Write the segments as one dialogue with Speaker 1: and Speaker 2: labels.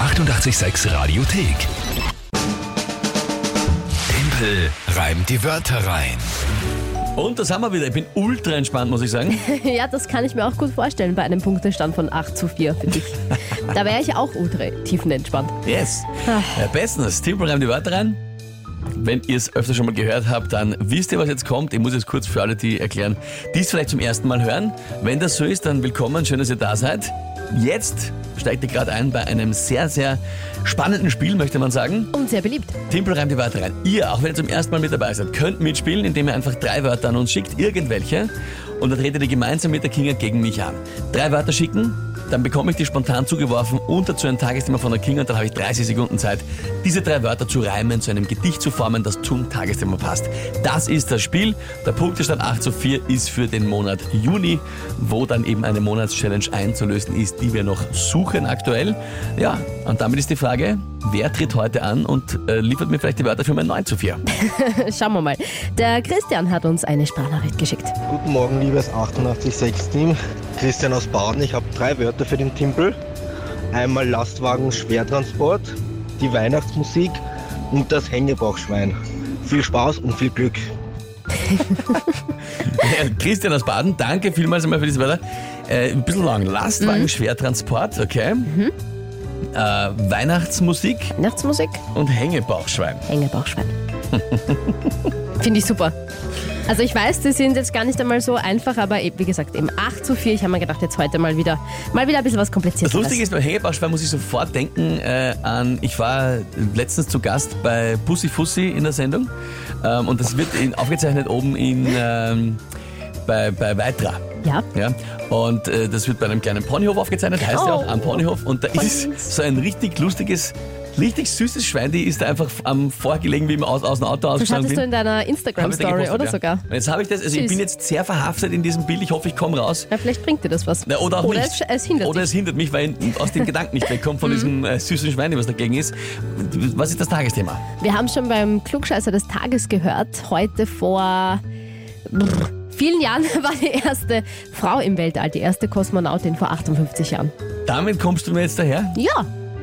Speaker 1: 886 Radiothek. Tempel reimt die Wörter rein.
Speaker 2: Und das haben wir wieder. Ich bin ultra entspannt, muss ich sagen.
Speaker 3: Ja, das kann ich mir auch gut vorstellen bei einem Punktestand von 8 zu 4, finde ich. da wäre ich auch ultra tiefenentspannt.
Speaker 2: Yes. Ja, bestens. Tempel reimt die Wörter rein. Wenn ihr es öfter schon mal gehört habt, dann wisst ihr, was jetzt kommt. Ich muss jetzt kurz für alle die erklären, die es vielleicht zum ersten Mal hören. Wenn das so ist, dann willkommen. Schön, dass ihr da seid. Jetzt steigt ihr gerade ein bei einem sehr, sehr spannenden Spiel, möchte man sagen.
Speaker 3: Und sehr beliebt.
Speaker 2: Timpel reimt die Wörter rein. Ihr, auch wenn ihr zum ersten Mal mit dabei seid, könnt mitspielen, indem ihr einfach drei Wörter an uns schickt, irgendwelche, und dann tretet ihr gemeinsam mit der Kinga gegen mich an. Drei Wörter schicken, dann bekomme ich die spontan zugeworfen und dazu ein Tagesthema von der Kinga und dann habe ich 30 Sekunden Zeit, diese drei Wörter zu reimen, zu einem Gedicht zu formen, das zum Tagesthema passt. Das ist das Spiel. Der Punktestand 8 zu 4 ist für den Monat Juni, wo dann eben eine Monatschallenge einzulösen ist, die wir noch suchen aktuell. Ja, und damit ist die Frage, wer tritt heute an und äh, liefert mir vielleicht die Wörter für mein 9 zu 4?
Speaker 3: Schauen wir mal. Der Christian hat uns eine Sprachnachricht geschickt.
Speaker 4: Guten Morgen, liebes 886-Team. Christian aus Baden. Ich habe drei Wörter für den Timpel. Einmal Lastwagen Schwertransport, die Weihnachtsmusik und das Hängebauchschwein. Viel Spaß und viel Glück.
Speaker 2: Herr Christian aus Baden, danke vielmals einmal für diese Wörter. Äh, ein bisschen lang. Lastwagen, Schwertransport, okay. Äh, Weihnachtsmusik
Speaker 3: Nachtsmusik,
Speaker 2: und Hängebauchschwein.
Speaker 3: Hängebauchschwein. finde ich super. Also ich weiß, die sind jetzt gar nicht einmal so einfach, aber eben, wie gesagt, eben 8 zu 4. Ich habe mir gedacht, jetzt heute mal wieder, mal wieder ein bisschen was
Speaker 2: Das
Speaker 3: komplizierteres.
Speaker 2: Lustige ist, beim Hängebauchschwein muss ich sofort denken äh, an, ich war letztens zu Gast bei Pussy Fussi in der Sendung ähm, und das wird in, aufgezeichnet oben in, ähm, bei, bei Weitra.
Speaker 3: Ja.
Speaker 2: Ja, und äh, das wird bei einem kleinen Ponyhof aufgezeichnet, heißt ja auch
Speaker 3: Oh.
Speaker 2: am Ponyhof. Und da ist
Speaker 3: Ponies.
Speaker 2: so ein richtig lustiges, richtig süßes Schwein, die ist da einfach am vorgelegen, wie ich aus, aus dem Auto
Speaker 3: Das
Speaker 2: ausgestanden
Speaker 3: hattest du
Speaker 2: bin.
Speaker 3: in deiner
Speaker 2: Hab ich da
Speaker 3: Instagram-Story
Speaker 2: gepostet,
Speaker 3: oder
Speaker 2: ja.
Speaker 3: sogar.
Speaker 2: Und jetzt habe ich das, also ich
Speaker 3: Süß.
Speaker 2: bin jetzt sehr verhaftet in diesem Bild, ich hoffe, ich komme raus.
Speaker 3: Ja, vielleicht bringt dir das was.
Speaker 2: Na, oder auch
Speaker 3: oder
Speaker 2: nicht.
Speaker 3: Es, es hindert
Speaker 2: oder
Speaker 3: dich. Mhm.
Speaker 2: es hindert mich, weil ich aus dem Gedanken nicht wegkomme von diesem äh, süßen Schwein, was dagegen ist. Was ist das Tagesthema?
Speaker 3: Wir haben schon beim Klugscheißer des Tages gehört. Heute vor brr, vielen Jahren war die erste Frau im Weltall, die erste Kosmonautin vor 58 Jahren.
Speaker 2: Damit kommst du mir jetzt daher?
Speaker 3: Ja,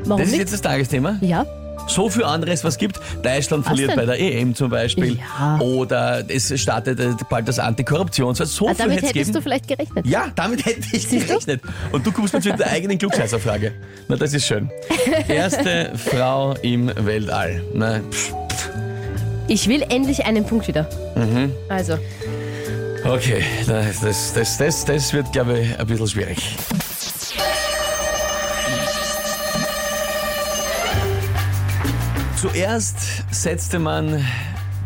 Speaker 3: warum
Speaker 2: Das ist
Speaker 3: nicht?
Speaker 2: jetzt das Tagesthema.
Speaker 3: Ja,
Speaker 2: So viel anderes, was gibt. Deutschland verliert
Speaker 3: denn?
Speaker 2: bei der EM zum Beispiel.
Speaker 3: Ja.
Speaker 2: Oder es startet äh, bald das Antikorruptionsgesetz. So
Speaker 3: ah,
Speaker 2: viel
Speaker 3: damit
Speaker 2: hätte es
Speaker 3: hättest
Speaker 2: geben.
Speaker 3: du vielleicht gerechnet.
Speaker 2: Ja, damit hätte ich gerechnet. Und du kommst mit der eigenen Klugscheißerfrage. Na, das ist schön. Erste Frau im Weltall. Na, pff.
Speaker 3: Ich will endlich einen Punkt wieder.
Speaker 2: Mhm.
Speaker 3: Also,
Speaker 2: okay, Na, das, das, das, das wird, glaube ich, ein bisschen schwierig. Zuerst setzte man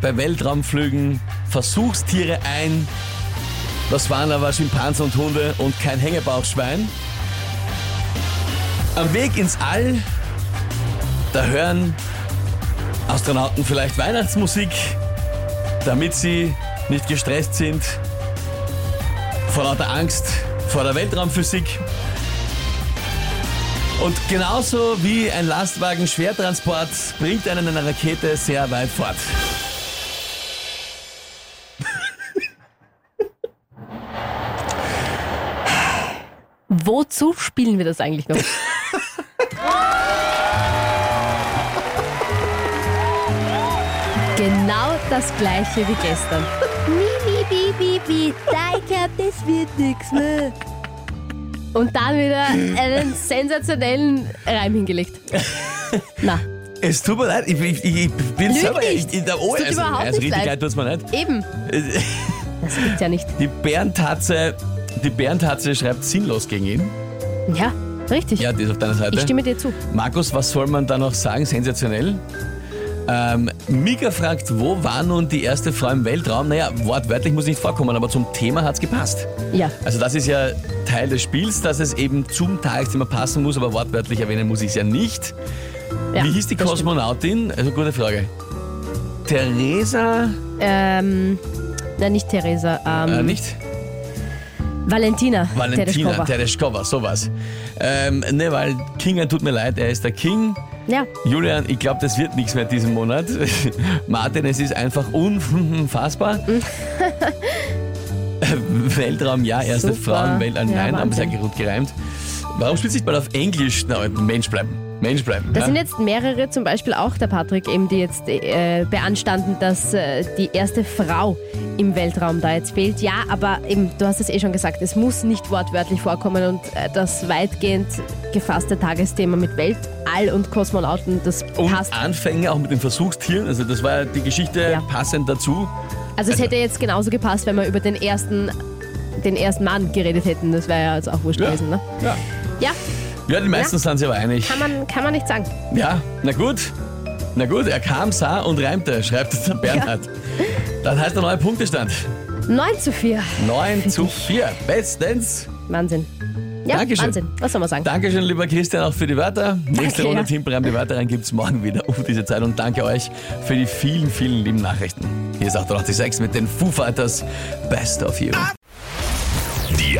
Speaker 2: bei Weltraumflügen Versuchstiere ein. Das waren aber Schimpansen und Hunde und kein Hängebauchschwein. Am Weg ins All, da hören Astronauten vielleicht Weihnachtsmusik, damit sie nicht gestresst sind vor lauter Angst vor der Weltraumphysik. Und genauso wie ein Lastwagen Schwertransport bringt einen eine Rakete sehr weit fort.
Speaker 3: wozu spielen wir das eigentlich noch? genau das gleiche wie gestern. Wie, wie, wie, wie, wie, da, ich glaub, das wird nix mehr. Und dann wieder einen sensationellen Reim hingelegt. Na,
Speaker 2: Es tut mir leid, ich, ich, ich bin
Speaker 3: Lüg
Speaker 2: selber
Speaker 3: nicht.
Speaker 2: ich, in der Ohr.
Speaker 3: Es tut
Speaker 2: also,
Speaker 3: überhaupt
Speaker 2: also
Speaker 3: nicht
Speaker 2: richtig
Speaker 3: leid.
Speaker 2: leid tut's mir nicht.
Speaker 3: eben. Das gibt's ja nicht.
Speaker 2: Die Bärentatze, die Bärentatze schreibt sinnlos gegen ihn.
Speaker 3: Ja, richtig.
Speaker 2: Ja, ne? die ist auf deiner Seite.
Speaker 3: ich stimme dir zu.
Speaker 2: Markus, was soll man da noch sagen? Sensationell. Ähm, Mika fragt, wo war nun die erste Frau im Weltraum? Naja, wortwörtlich muss nicht vorkommen, aber zum Thema hat's gepasst.
Speaker 3: Ja.
Speaker 2: Also das ist ja Teil des Spiels, dass es eben zum Tagesthema passen muss, aber wortwörtlich erwähnen muss ich es ja nicht.
Speaker 3: ja
Speaker 2: Wie hieß die
Speaker 3: das stimmt.
Speaker 2: Kosmonautin? Also gute Frage. Theresa?
Speaker 3: Ähm, na nicht Theresa, ähm,
Speaker 2: Äh, nicht?
Speaker 3: Valentina.
Speaker 2: Valentina
Speaker 3: Tereshkova.
Speaker 2: Tereshkova, sowas. Ähm, ne, weil Kingan tut mir leid, er ist der King.
Speaker 3: Ja,
Speaker 2: Julian, ich glaube, das wird nichts mehr diesen Monat. Martin, es ist einfach unfassbar. Weltraum ja, erste
Speaker 3: Super.
Speaker 2: Frau im Weltall
Speaker 3: Ja,
Speaker 2: äh, nein, aber
Speaker 3: Wahnsinn.
Speaker 2: sehr gut gereimt. Warum spielst du nicht mal auf Englisch? Na, Mensch bleiben. Mensch bleiben.
Speaker 3: Da
Speaker 2: ja?
Speaker 3: sind jetzt mehrere, zum Beispiel auch der Patrick, eben, die jetzt äh, beanstanden, dass äh, die erste Frau im Weltraum da jetzt fehlt. Ja, aber eben, du hast es eh schon gesagt, es muss nicht wortwörtlich vorkommen und äh, das weitgehend gefasste Tagesthema mit Weltall und Kosmonauten, das
Speaker 2: und äh,
Speaker 3: passt.
Speaker 2: Anfänge auch mit den Versuchstieren. Also das war ja die Geschichte
Speaker 3: Ja.
Speaker 2: passend dazu.
Speaker 3: Also es hätte jetzt genauso gepasst, wenn wir über den ersten, den ersten Mann geredet hätten. Das wäre ja jetzt auch wurscht
Speaker 2: Ja.
Speaker 3: gewesen, ne?
Speaker 2: Ja.
Speaker 3: Ja,
Speaker 2: Ja, die meisten sind sich aber einig.
Speaker 3: kann man, kann man nicht sagen.
Speaker 2: Ja, na gut. Na gut, er kam, sah und reimte, schreibt jetzt der Bernhard. Das heißt der neue Punktestand.
Speaker 3: 9 zu 4.
Speaker 2: 9 zu 4. Bestens.
Speaker 3: Wahnsinn. Ja,
Speaker 2: Dankeschön.
Speaker 3: Wahnsinn. Was soll man sagen?
Speaker 2: Dankeschön, lieber Christian, auch für die Wörter. Nächste
Speaker 3: Danke,
Speaker 2: Runde
Speaker 3: ja.
Speaker 2: Team Breim, die Wörter rein gibt's morgen wieder um diese Zeit. Und danke euch für die vielen, vielen lieben Nachrichten. Hier ist 886 mit den Foo Fighters. Best of you.
Speaker 1: Die